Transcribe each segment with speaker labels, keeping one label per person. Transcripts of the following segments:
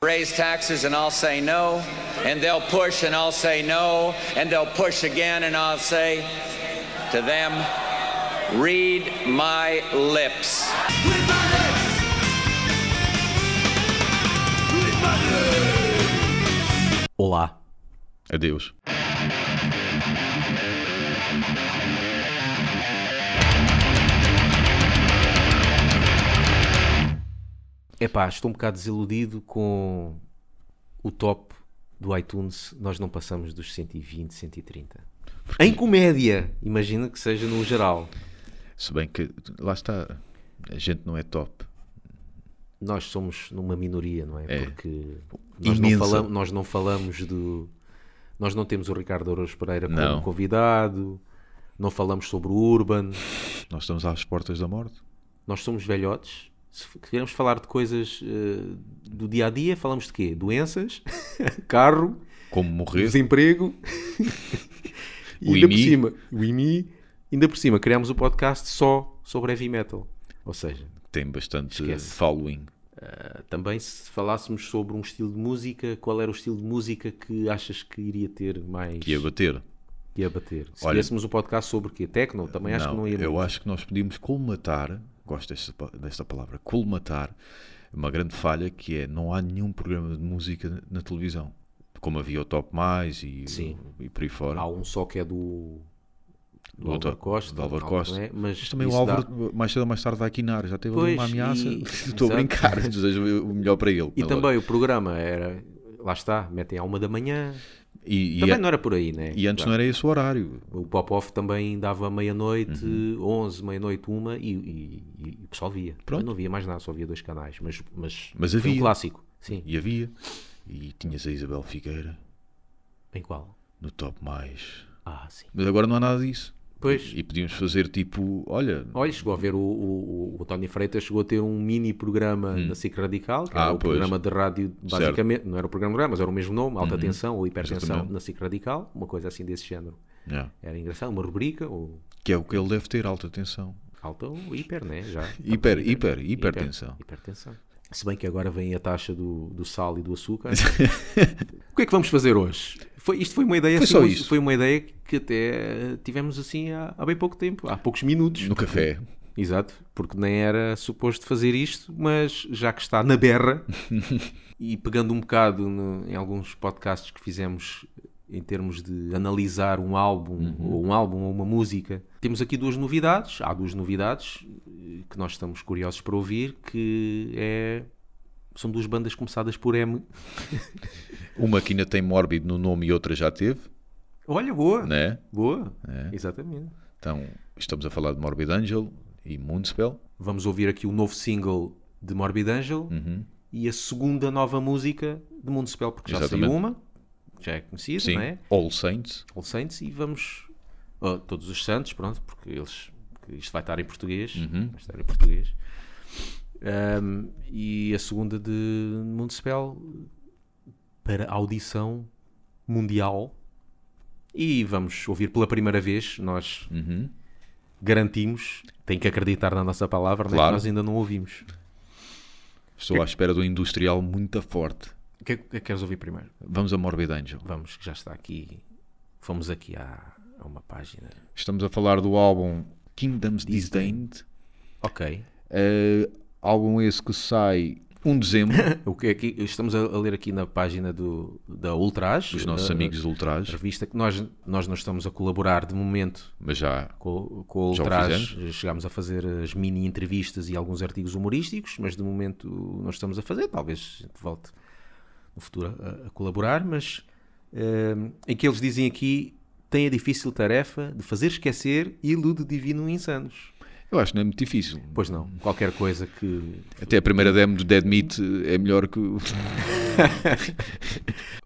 Speaker 1: raise taxes and I'll say no, and they'll push and I'll say no, and they'll push again and I'll say to them, read my lips.
Speaker 2: Read my lips. Read my lips.
Speaker 3: Olá.
Speaker 4: Adeus.
Speaker 3: Epá, estou um bocado desiludido com o top do iTunes. Nós não passamos dos 120, 130. Em comédia! Imagina que seja no geral.
Speaker 4: Se bem que lá está, a gente não é top.
Speaker 3: Nós somos numa minoria, não é?
Speaker 4: É.
Speaker 3: Porque nós não,
Speaker 4: Imensa.
Speaker 3: falamos, nós não falamos do. Nós não temos o Ricardo Araújo Pereira como
Speaker 4: Não.
Speaker 3: convidado, não falamos sobre o Urban,
Speaker 4: Nós estamos às portas da morte.
Speaker 3: nós somos velhotes. Se f- queremos falar de coisas eh, do dia a dia, falamos de quê? Doenças, carro,
Speaker 4: Como morrer,
Speaker 3: desemprego e
Speaker 4: O
Speaker 3: ainda por
Speaker 4: IMI.
Speaker 3: cima o IMI ainda por cima criámos o podcast só sobre heavy metal ou seja
Speaker 4: tem bastante
Speaker 3: Esquece.
Speaker 4: following.
Speaker 3: também se falássemos sobre um estilo de música qual era o estilo de música que achas que iria ter mais
Speaker 4: Que ia bater.
Speaker 3: que ia bater se
Speaker 4: Olha-
Speaker 3: tivéssemos um podcast sobre o quê? Tecno? Também acho que não ia
Speaker 4: eu
Speaker 3: muito.
Speaker 4: acho que nós podíamos colmatar, gosto desta, pa- desta palavra, colmatar, uma grande falha que é não há nenhum programa de música na- na televisão. Como havia o Top Mais e,
Speaker 3: Sim.
Speaker 4: e por aí fora.
Speaker 3: há um só que é do do
Speaker 4: Do
Speaker 3: Álvaro
Speaker 4: Álvaro-
Speaker 3: Costa,
Speaker 4: do Álvaro
Speaker 3: não,
Speaker 4: Costa.
Speaker 3: não é? mas,
Speaker 4: Mas também o
Speaker 3: isso
Speaker 4: Álvaro,
Speaker 3: dá-
Speaker 4: mais cedo ou mais tarde, vai quinar. Já teve
Speaker 3: Pois,
Speaker 4: ali uma ameaça.
Speaker 3: e-
Speaker 4: Estou
Speaker 3: Exato.
Speaker 4: a brincar. Desejo o melhor para ele. tá
Speaker 3: e
Speaker 4: Agora.
Speaker 3: também o programa era lá está, metem à uma da manhã
Speaker 4: E, e-
Speaker 3: também não era por aí, né?
Speaker 4: e antes não era esse o horário.
Speaker 3: O pop-off também dava meia-noite, 11, meia-noite, uma, e, e- e o pessoal via.
Speaker 4: Uhum. Pronto.
Speaker 3: Eu não via mais nada, só via dois canais. Mas, mas,
Speaker 4: Mas
Speaker 3: foi um
Speaker 4: havia.
Speaker 3: clássico. Sim.
Speaker 4: E havia. E tinhas a Isabel Figueira
Speaker 3: Em qual?
Speaker 4: no top mais.
Speaker 3: Ah, sim.
Speaker 4: Mas agora não há nada disso.
Speaker 3: Pois.
Speaker 4: E podíamos fazer tipo, olha,
Speaker 3: Olha, chegou a ver o, o, o António Freitas, chegou a ter um mini programa na SIC Radical, que
Speaker 4: Hum. Ah,
Speaker 3: era o
Speaker 4: pois.
Speaker 3: programa de rádio, basicamente, não era o programa de rádio, mas era o mesmo nome, Alta Tensão ou Hipertensão
Speaker 4: Uhum. Exatamente.
Speaker 3: na SIC Radical, uma coisa assim desse género.
Speaker 4: é,
Speaker 3: Era engraçado, uma rubrica, ou
Speaker 4: que é o que ele deve ter, alta tensão.
Speaker 3: alta ou hiper, né? Já.
Speaker 4: Hiper, hiper, hipertensão.
Speaker 3: Hipertensão. Se bem que agora vem a taxa do, do sal e do açúcar. o que é que vamos fazer hoje? Foi, isto foi uma ideia
Speaker 4: Foi
Speaker 3: assim,
Speaker 4: só
Speaker 3: hoje-
Speaker 4: isto.
Speaker 3: foi uma ideia que até eh, tivemos assim há, há bem pouco tempo, há poucos minutos.
Speaker 4: No café.
Speaker 3: Exato, porque nem era suposto fazer isto, mas já que está na berra e pegando um bocado no- em alguns podcasts que fizemos em termos de analisar um álbum ou um álbum ou uma música, temos aqui duas novidades. Há duas novidades eh, que nós estamos curiosos para ouvir, que é são duas bandas começadas por M.
Speaker 4: Uma que ainda tem mórbido no nome e outra já teve,
Speaker 3: Olha, boa,
Speaker 4: né?
Speaker 3: boa, exatamente.
Speaker 4: Então, estamos a falar de Morbid Angel e Moonspell.
Speaker 3: Vamos ouvir aqui o novo single de Morbid Angel
Speaker 4: Uhum.
Speaker 3: e a segunda nova música de Mundo Spell, porque já saiu
Speaker 4: Exatamente.
Speaker 3: uma, já é conhecida,
Speaker 4: Sim,
Speaker 3: não é?
Speaker 4: All Saints.
Speaker 3: All Saints, e vamos. oh, todos os Santos, pronto, porque eles. porque Isto vai estar em português.
Speaker 4: Uhum.
Speaker 3: Vai estar em português. Ahm, e a segunda de Mundo Spell para audição mundial. E vamos ouvir pela primeira vez, nós
Speaker 4: Uhum.
Speaker 3: garantimos, tem que acreditar na nossa palavra, né, que
Speaker 4: Claro.
Speaker 3: nós ainda não ouvimos.
Speaker 4: Estou à espera do industrial muito forte.
Speaker 3: O que é que queres ouvir primeiro?
Speaker 4: Vamos a Morbid Angel.
Speaker 3: Vamos, que já está aqui. Fomos aqui à, a uma página.
Speaker 4: Estamos a falar do álbum Kingdoms Disdained.
Speaker 3: Ok.
Speaker 4: Eh, álbum esse que sai 1 de dezembro,
Speaker 3: O que é que estamos a, a ler aqui na página do, da Ultraj,
Speaker 4: os nossos
Speaker 3: da-
Speaker 4: amigos de
Speaker 3: da
Speaker 4: Ultraje.
Speaker 3: revista que nós, nós não estamos a colaborar de momento
Speaker 4: Mas já,
Speaker 3: com, com a
Speaker 4: Já o
Speaker 3: Ultraj. Chegámos a fazer as mini entrevistas e alguns artigos humorísticos, mas de momento não estamos a fazer. Talvez a gente volte no futuro a, a colaborar, mas ehm, em que eles dizem aqui tem a difícil tarefa de fazer esquecer Iludo Divino Insanos.
Speaker 4: eu acho que não é muito difícil.
Speaker 3: Pois não, qualquer coisa que.
Speaker 4: Até a primeira demo do Dead Meat eh, é melhor que o-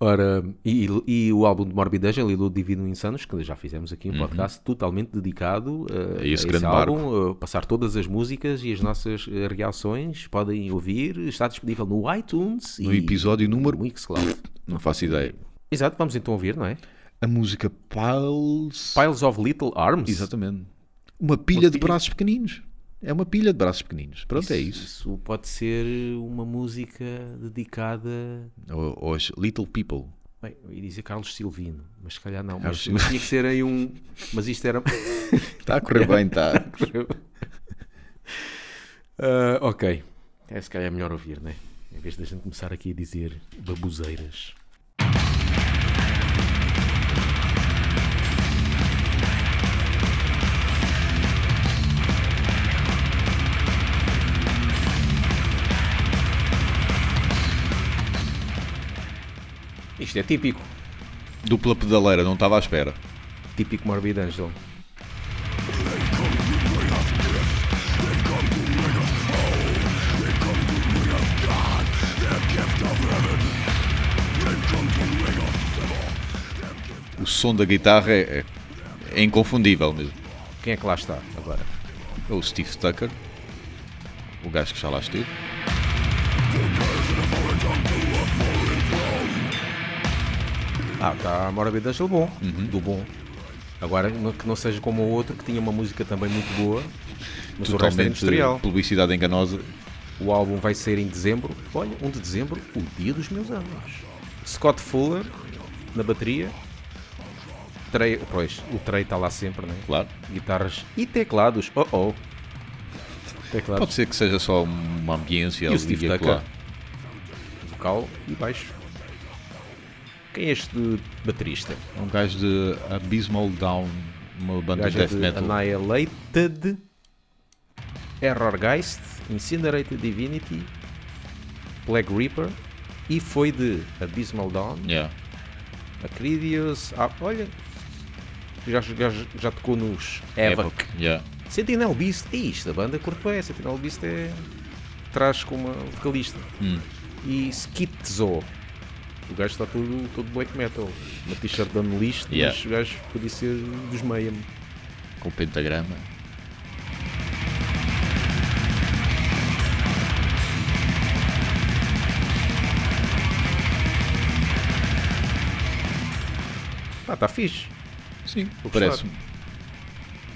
Speaker 3: Ora, e, e o álbum de Morbid Angel e do Divino Insanos, que já fizemos aqui um podcast totalmente dedicado uh,
Speaker 4: A esse Uhum. É grande
Speaker 3: álbum, uh, passar todas as músicas e as nossas uh, reações. Podem ouvir, está disponível no iTunes
Speaker 4: no
Speaker 3: e
Speaker 4: episódio número. um.
Speaker 3: no Xcloud.
Speaker 4: Não faço ideia.
Speaker 3: Exato, vamos então ouvir, não é?
Speaker 4: A música Piles.
Speaker 3: Piles of Little Arms.
Speaker 4: Exatamente. Uma pilha de
Speaker 3: pilha.
Speaker 4: braços pequeninos. É uma pilha de braços pequeninos. Pronto, é isso.
Speaker 3: Isso pode ser uma música dedicada.
Speaker 4: Ou- Os Little People.
Speaker 3: Bem, eu ia dizer Carlos Silvino, mas se calhar não.
Speaker 4: Carlos
Speaker 3: Mas, mas tinha que ser aí um. Mas isto era.
Speaker 4: Está a correr bem, está.
Speaker 3: Ah, ok. É, se calhar é melhor ouvir, né? Em vez da gente começar aqui a dizer babuzeiras. Isto é típico.
Speaker 4: Dupla pedaleira, não estava à espera.
Speaker 3: Típico Morbid Angel.
Speaker 4: O som da guitarra é, é- é inconfundível mesmo.
Speaker 3: Quem é que lá está agora?
Speaker 4: É o Steve Tucker, o gajo que já lá esteve.
Speaker 3: Ah, está Morbid Angel bom,
Speaker 4: Uhum.
Speaker 3: do bom. Agora, não- que não seja como o outro, que tinha uma música também muito boa, mas o resto é
Speaker 4: Totalmente
Speaker 3: industrial.
Speaker 4: publicidade enganosa.
Speaker 3: O álbum vai sair em dezembro. Olha, 1 de dezembro, o dia dos meus anos. Scott Fuller, na bateria. Trey, pois, o Trey está lá sempre, né?
Speaker 4: Claro.
Speaker 3: Guitarras e teclados. Oh, oh.
Speaker 4: Pode
Speaker 3: Teclados,
Speaker 4: ser que seja só uma ambiência
Speaker 3: E o Steve
Speaker 4: ali é e
Speaker 3: Tucker?
Speaker 4: acolá.
Speaker 3: vocal e baixo. Quem é este baterista?
Speaker 4: É um gajo de Abysmal Down, uma banda de
Speaker 3: Gaja
Speaker 4: death
Speaker 3: de
Speaker 4: metal.
Speaker 3: Annihilated, Errorgeist, Incinerated Divinity, Black Reaper e foi de Abysmal Dawn,
Speaker 4: Yeah.
Speaker 3: Acridius. Ah, olha, já, já, já tocou nos Evoc.
Speaker 4: Epoch. Yeah.
Speaker 3: Sentinel Beast, e isto, a banda curto bem. Sentinel Beast é. traz com uma vocalista.
Speaker 4: Hum.
Speaker 3: E Skitzo. O gajo está todo, todo black metal. Uma t-shirt da Unleashed,
Speaker 4: Yeah.
Speaker 3: mas o gajo podia ser dos Mayhem.
Speaker 4: Com pentagrama.
Speaker 3: Pá, está fixe.
Speaker 4: Sim,
Speaker 3: Vou gostar.
Speaker 4: parece-me.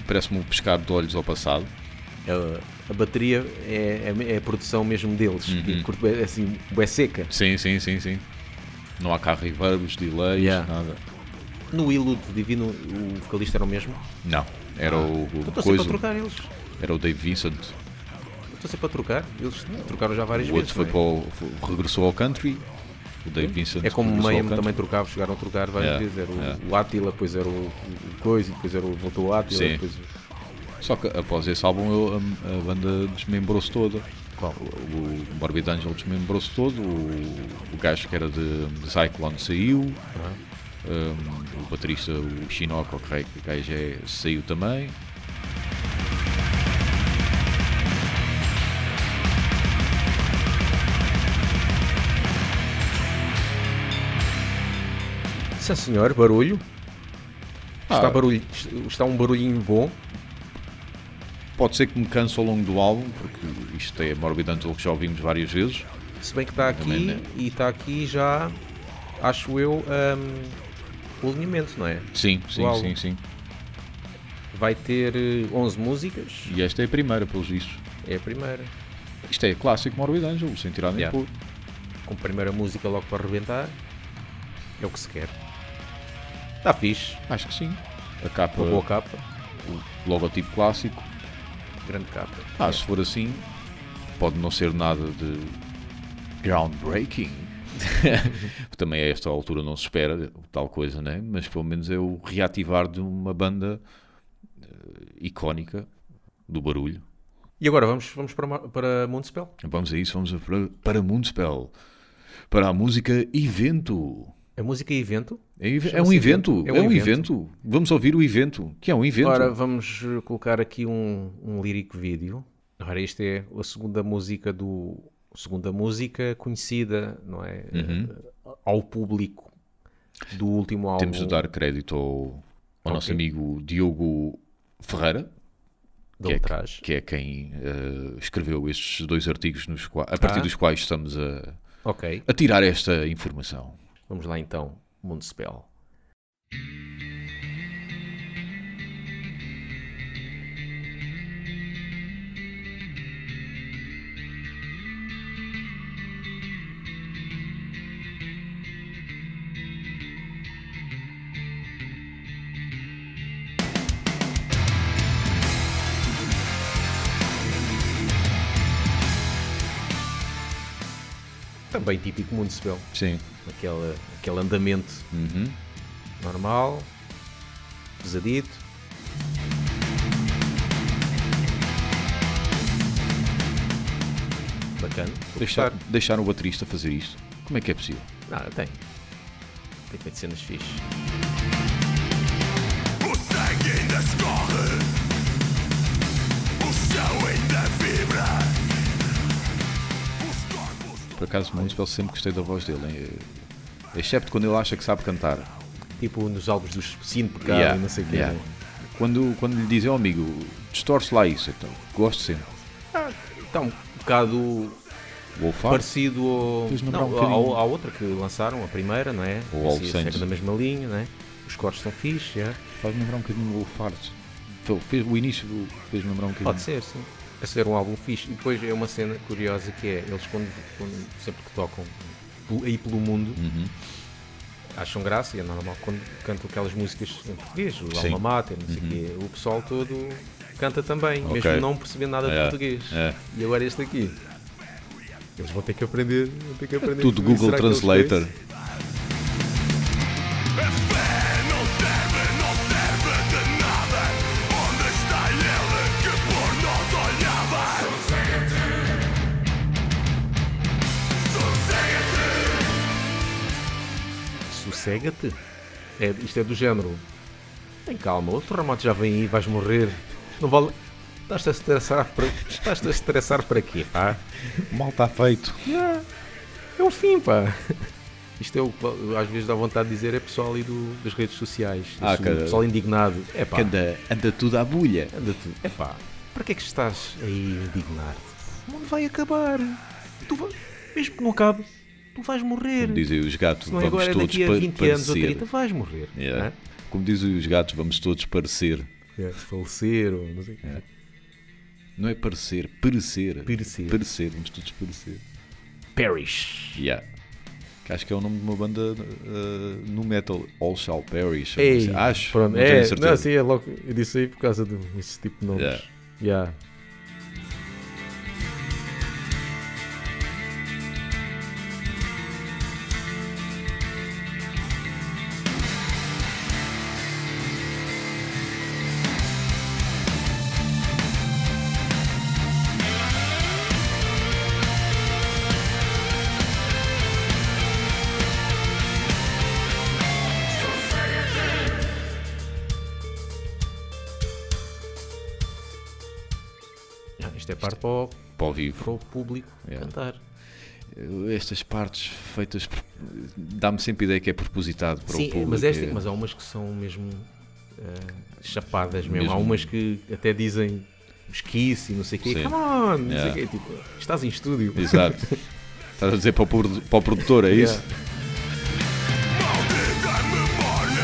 Speaker 4: Parece-me um pescar de olhos ao passado.
Speaker 3: a, a bateria é, é- é a produção mesmo deles,
Speaker 4: Uhum.
Speaker 3: que curto bué- assim, é seca.
Speaker 4: Sim, sim, sim, sim. Não há cá reverbs, delays,
Speaker 3: Yeah.
Speaker 4: nada.
Speaker 3: No Ilude Divino o vocalista era o mesmo.
Speaker 4: Não.
Speaker 3: Ah.
Speaker 4: Era o, o
Speaker 3: Eu estou sempre
Speaker 4: coisa,
Speaker 3: a trocar eles.
Speaker 4: era o Dave Vincent.
Speaker 3: Eu Estou sempre a trocar. Eles trocaram já várias
Speaker 4: O outro
Speaker 3: vezes.
Speaker 4: foi
Speaker 3: não é?
Speaker 4: para o- foi- regressou ao country. O Dave Vincent
Speaker 3: É como o
Speaker 4: regressou ao
Speaker 3: Mayhem
Speaker 4: country.
Speaker 3: também trocava, chegaram a trocar várias
Speaker 4: Yeah,
Speaker 3: vezes. Era o,
Speaker 4: yeah.
Speaker 3: o Átila, depois era o, o Coisa, e depois era o voltou o Átila.
Speaker 4: Sim.
Speaker 3: Depois...
Speaker 4: Só que após esse álbum eu- a, a banda desmembrou-se toda.
Speaker 3: Qual?
Speaker 4: O Morbid Angel desmembrou-se todo, o, o gajo que era de, de Cyclone saiu, um, o baterista, o Shinoko, que é- que o gajo é, saiu também.
Speaker 3: Sim senhor, barulho. Está,
Speaker 4: Ah.
Speaker 3: barulho. está um barulhinho bom.
Speaker 4: Pode ser que me canse ao longo do álbum, porque isto é Morbid Angel que já ouvimos várias vezes.
Speaker 3: Se bem que está
Speaker 4: Também,
Speaker 3: aqui
Speaker 4: né?
Speaker 3: e está aqui já, acho eu, hum, o alinhamento, não é?
Speaker 4: Sim, sim,
Speaker 3: álbum.
Speaker 4: sim, sim.
Speaker 3: Vai ter eh, 11 músicas,
Speaker 4: E esta é a primeira, pelos vistos.
Speaker 3: é a primeira.
Speaker 4: Isto é clássico Morbid Angel, sem tirar nem
Speaker 3: Yeah.
Speaker 4: pôr.
Speaker 3: Com a primeira música logo para arrebentar, é o que se quer. Está fixe,
Speaker 4: Acho que sim. A capa,
Speaker 3: uma boa capa,
Speaker 4: o logotipo clássico.
Speaker 3: grande capa.
Speaker 4: Ah, se for assim, pode não ser nada de groundbreaking. Também a esta altura não se espera tal coisa, né? mas pelo menos é o reativar de uma banda eh, icónica do barulho.
Speaker 3: E agora vamos, vamos para, Ma- para Moonspell?
Speaker 4: Vamos a isso, vamos a para, para Moonspell, para a música Evento.
Speaker 3: A música é evento.
Speaker 4: É, ive- é um
Speaker 3: Chama-se
Speaker 4: evento,
Speaker 3: evento.
Speaker 4: é um evento. Vamos ouvir o evento, que é um evento.
Speaker 3: Agora vamos eh, colocar aqui um, um lírico vídeo. Ora, esta é a segunda música do a segunda música conhecida, não é,
Speaker 4: Uhum.
Speaker 3: eh, ao público do último álbum.
Speaker 4: Temos de dar crédito ao, ao nosso
Speaker 3: Ok.
Speaker 4: amigo Diogo Ferreira,
Speaker 3: de
Speaker 4: que é,
Speaker 3: Ultraje.
Speaker 4: que é quem eh, escreveu estes dois artigos nos qua- a partir dos quais estamos a,
Speaker 3: Ok,
Speaker 4: a tirar esta informação.
Speaker 3: vamos lá então, Moonspell. bem típico Mundspell.
Speaker 4: Sim.
Speaker 3: Aquele, aquele andamento
Speaker 4: Uhum.
Speaker 3: normal, pesadito. Bacana. vou
Speaker 4: Deixar,
Speaker 3: gostar.
Speaker 4: deixar o baterista fazer isto. Como é que é possível?
Speaker 3: Ah, tem. Tem feito cenas fixes.
Speaker 2: O sangue ainda escorre, o chão ainda vibra. Os corpos
Speaker 4: Por acaso, muito pelo sempre gostei da voz dele, hein? Eh, excepto quando ele acha que sabe cantar.
Speaker 3: Tipo nos álbuns dos Sino Pecado
Speaker 4: Yeah,
Speaker 3: e não sei o quê.
Speaker 4: yeah.
Speaker 3: né?
Speaker 4: Quando, quando lhe dizem, oh amigo, distorce lá isso, então. Gosto sempre.
Speaker 3: Está um bocado
Speaker 4: Wolfhard.
Speaker 3: parecido ao,
Speaker 4: Fez-me lembrar
Speaker 3: não,
Speaker 4: um
Speaker 3: ao-
Speaker 4: bocadinho.
Speaker 3: à outra que lançaram, a primeira, não é?
Speaker 4: O All
Speaker 3: Assim,
Speaker 4: Saints.
Speaker 3: segue da mesma linha, não é? Os cortes estão fixe, já.
Speaker 4: Faz-me lembrar um bocadinho o Wolfhard. Fe- Fez, o início do- fez-me lembrar um bocadinho.
Speaker 3: Pode ser, sim. A ser um álbum fixe. E depois é uma cena curiosa que é, eles quando, quando- sempre que tocam pel- aí pelo mundo,
Speaker 4: Uhum.
Speaker 3: acham graça, e é normal quando cantam aquelas músicas em português, o
Speaker 4: Sim. Uhum.
Speaker 3: Alma Mater, não sei o quê, o pessoal todo canta também,
Speaker 4: Ok.
Speaker 3: mesmo não percebendo nada de
Speaker 4: É,
Speaker 3: português.
Speaker 4: é.
Speaker 3: E agora este aqui. Eles vão ter que aprender, vão ter que aprender
Speaker 4: É Tudo
Speaker 3: isso.
Speaker 4: Google
Speaker 3: Será que eles
Speaker 4: Translator.
Speaker 3: conhecem?
Speaker 2: É fé, não serve, não serve de nada. Onde está ele que por nós olhava?
Speaker 3: Sossega-te. É, isto é do género. Tem calma, outro terremoto já vem aí, vais morrer. Não vale. Estás-te a estressar para, estás a estressar para quê, pá?
Speaker 4: Mal está feito.
Speaker 3: Já. É o fim, pá. Isto é o que às vezes dá vontade de dizer, é pessoal ali do- das redes sociais.
Speaker 4: Ah,
Speaker 3: Esse
Speaker 4: cara.
Speaker 3: pessoal indignado. É pá.
Speaker 4: Anda, anda tudo à bulha.
Speaker 3: Anda tu. É pá. Para que é que estás aí a indignar-te? O mundo vai acabar. Tu vai- mesmo que não acabe, tu vais morrer.
Speaker 4: Como dizem os gatos,
Speaker 3: Se não é
Speaker 4: vamos
Speaker 3: agora, é
Speaker 4: todos
Speaker 3: daqui a
Speaker 4: pa-
Speaker 3: 20 anos ou
Speaker 4: parecer.
Speaker 3: 30, vais morrer.
Speaker 4: Yeah.
Speaker 3: não é?
Speaker 4: Como dizem os gatos, vamos todos parecer.
Speaker 3: É, falecer ou não sei o que.
Speaker 4: Não é parecer, parecer.
Speaker 3: Parecer.
Speaker 4: Parecer, vamos todos parecer.
Speaker 3: Perish.
Speaker 4: Yeah. Que acho que é o nome de uma banda eh, no metal, All Shall Perish. ou
Speaker 3: Ei,
Speaker 4: não sei, acho,
Speaker 3: pronto,
Speaker 4: não
Speaker 3: é,
Speaker 4: tenho certeza.
Speaker 3: Não, sim, é logo, eu disse aí por causa desse tipo de nomes.
Speaker 4: Yeah.
Speaker 3: Yeah. Ah, Isto é parte para o,
Speaker 4: Para
Speaker 3: para
Speaker 4: o vivo.
Speaker 3: o público
Speaker 4: Yeah.
Speaker 3: cantar.
Speaker 4: Estas partes feitas, por- dá-me sempre a ideia que é propositado para o
Speaker 3: Sim,
Speaker 4: público.
Speaker 3: mas, esta,
Speaker 4: é-
Speaker 3: mas há umas que são mesmo ah, chapadas mesmo.
Speaker 4: Mesmo.
Speaker 3: Há umas que até dizem esquice e não sei o quê.
Speaker 4: Sim.
Speaker 3: Come on! Não
Speaker 4: Yeah.
Speaker 3: sei o quê. Tipo, estás em estúdio.
Speaker 4: Exato. Estás a dizer para o, produ- para o produtor, é isso?
Speaker 3: Yeah.
Speaker 2: Maldita memória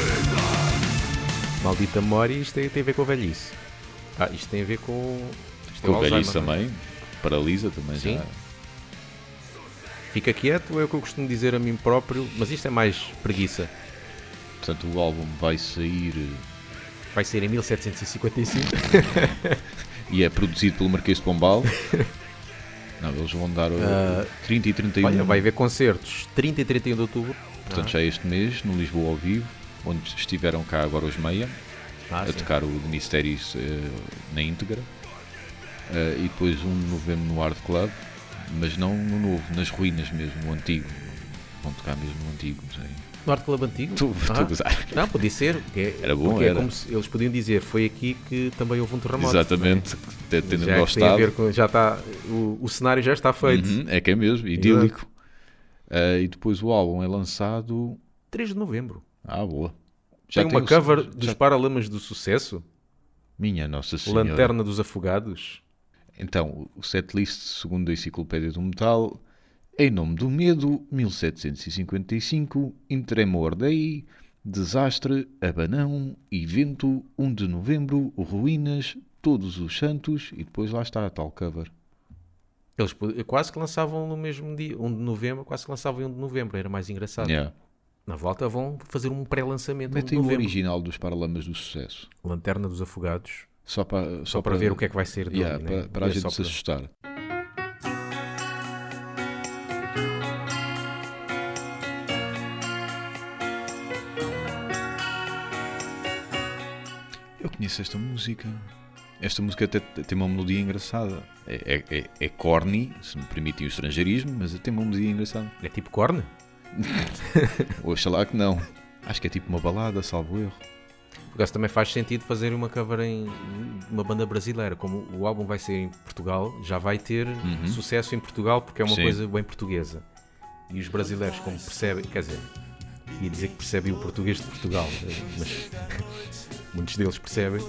Speaker 2: que te paralisa.
Speaker 3: Maldita memória, isto tem, tem a ver com a velhice. Ah, isto tem a ver com. Isto é
Speaker 4: Com
Speaker 3: o
Speaker 4: o velhice
Speaker 3: Alzheimer, não é?
Speaker 4: também. Paralisa também
Speaker 3: Sim.
Speaker 4: já.
Speaker 3: Fica quieto, é o que eu costumo dizer a mim próprio, mas isto é mais preguiça.
Speaker 4: Portanto, o álbum vai sair eh,
Speaker 3: Vai ser em 1755.
Speaker 4: e é produzido pelo Marquês de Pombal. Não, eles vão dar uh, 30 e 31,
Speaker 3: Olha, Ah, vai haver concertos 30 e 31 de outubro.
Speaker 4: portanto, já é este mês, no Lisboa ao vivo, onde estiveram cá agora os meia,
Speaker 3: Ah,
Speaker 4: a
Speaker 3: sim.
Speaker 4: tocar o The Mysteries eh, na íntegra. Eh, e depois um de novembro no Art Club, mas não no novo, nas ruínas mesmo, no antigo. Vão tocar mesmo no antigo, não sei.
Speaker 3: No Arte Club Antigo?
Speaker 4: Estou estou a
Speaker 3: Ah.
Speaker 4: gozar.
Speaker 3: Não, podia ser. porque-
Speaker 4: Era bom,
Speaker 3: porque é
Speaker 4: era.
Speaker 3: como se eles podiam dizer, foi aqui que também houve um terremoto.
Speaker 4: Exatamente, até tendo
Speaker 3: é? Já, que tem a
Speaker 4: gostado.
Speaker 3: ver com, já está, o, o cenário já está feito.
Speaker 4: Uhum, é que é mesmo, idílico. Eh, e depois o álbum é lançado.
Speaker 3: 3 de novembro.
Speaker 4: Ah, boa.
Speaker 3: tem uma
Speaker 4: o-
Speaker 3: cover
Speaker 4: já-
Speaker 3: dos Paralamas do Sucesso,
Speaker 4: Minha Nossa Senhora.
Speaker 3: Lanterna dos Afogados.
Speaker 4: Então, o setlist, segundo a Enciclopédia do Metal, Em Nome do Medo, 1755, Intremor Dei, Desastre, Abanão, Evento, 1 de Novembro, Ruínas, Todos os Santos, e depois lá está a tal cover.
Speaker 3: Eles pod- quase que lançavam no mesmo dia, 1 de novembro, quase que lançavam em 1 de novembro, era mais engraçado.
Speaker 4: Yeah.
Speaker 3: Na volta vão fazer um pré-lançamento em 1 de
Speaker 4: Metem o
Speaker 3: novembro.
Speaker 4: original dos Paralamas do Sucesso.
Speaker 3: Lanterna dos Afogados,
Speaker 4: Só para,
Speaker 3: só para ver o que é que vai ser dele,
Speaker 4: yeah,
Speaker 3: né?
Speaker 4: para, para a
Speaker 3: É
Speaker 4: gente
Speaker 3: só
Speaker 4: se
Speaker 3: para-
Speaker 4: assustar. conheço esta música. Esta música até tem uma melodia engraçada. É, é, é, é corny, se me permitem o estrangeirismo, mas tem uma melodia engraçada.
Speaker 3: É tipo corne?
Speaker 4: Oxalá que não. Acho que é tipo uma balada, salvo erro.
Speaker 3: Por acaso também faz sentido fazer uma cover em uma banda brasileira. Como o álbum vai ser em Portugal, já vai ter sucesso em Portugal porque é uma
Speaker 4: Uhum. Sim.
Speaker 3: coisa bem portuguesa. E os brasileiros, como percebem, quer dizer, ia dizer que percebem o português de Portugal, né? mas muitos deles percebem.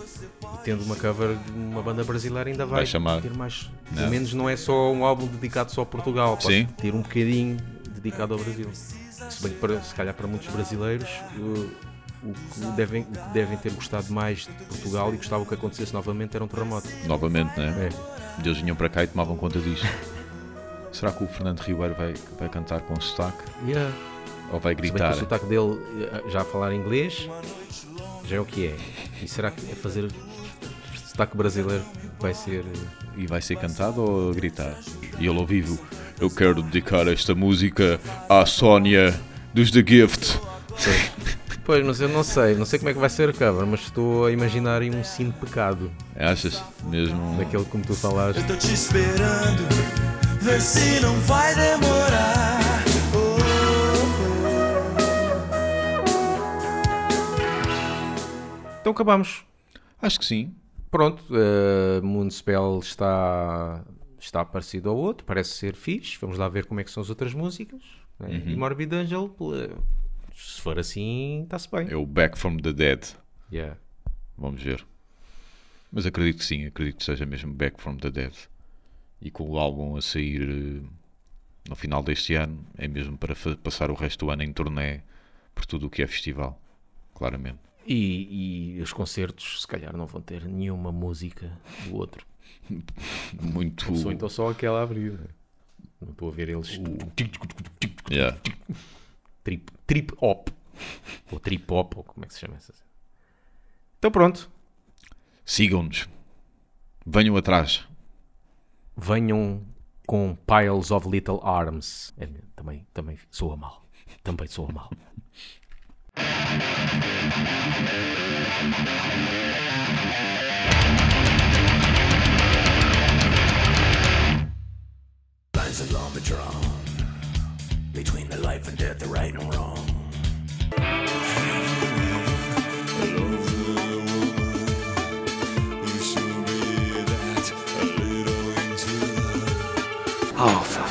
Speaker 3: E tendo uma cover de uma banda brasileira, ainda vai,
Speaker 4: Vai chamar.
Speaker 3: ter mais.
Speaker 4: Não.
Speaker 3: Pelo menos não é só um álbum dedicado só a Portugal, pode
Speaker 4: Sim.
Speaker 3: ter um bocadinho dedicado ao Brasil. Se, bem que para, se calhar para muitos brasileiros o, o que devem, o que devem ter gostado mais de Portugal e gostava que acontecesse novamente era um terremoto.
Speaker 4: Novamente,
Speaker 3: É.
Speaker 4: né? Deus vinham para cá e tomavam conta disto. Será que o Fernando Ribeiro vai, vai cantar com sotaque?
Speaker 3: Yeah.
Speaker 4: Ou vai
Speaker 3: Se bem que
Speaker 4: gritar?
Speaker 3: o sotaque dele eh, já a falar inglês já é o que é. E será que é fazer sotaque brasileiro vai ser. eh,
Speaker 4: E vai ser cantado ou gritar? E ele ao vivo, eu quero dedicar esta música à Sónia dos The Gift.
Speaker 3: Pois, mas eu não sei, não sei como é que vai ser a cover, mas estou a imaginar aí um sino pecado,
Speaker 4: Achas mesmo?
Speaker 3: daquele como tu falaste.
Speaker 5: Eu tô te esperando, vê se não vai demorar. Oh, oh.
Speaker 3: Então acabamos.
Speaker 4: Acho que sim.
Speaker 3: Pronto, eh, Moonspell está, está parecido ao outro, parece ser fixe. Vamos lá ver como é que são as outras músicas. né? E Morbid Angel, pela- se for assim, está-se bem.
Speaker 4: É o Back from the Dead.
Speaker 3: Yeah.
Speaker 4: Vamos ver. Mas acredito que sim, acredito que seja mesmo Back from the Dead. E com o álbum a sair eh, no final deste ano, é mesmo para fa- passar o resto do ano em turnê por tudo o que é festival. Claramente.
Speaker 3: E, e os concertos, se calhar, não vão ter nenhuma música do outro.
Speaker 4: Muito.
Speaker 3: Sou então só aquela a abrir. né? Não estou a ver eles
Speaker 4: Yeah.
Speaker 3: trip, trip hop. Ou trip hop, ou como é que se chama essa? Então pronto,
Speaker 4: Sigam-nos. Venham atrás.
Speaker 3: venham com Piles of Little Arms. É, também, também soa mal. Também soa mal.
Speaker 5: Lines are long but drawn between the life and death, the right and wrong. Oh, for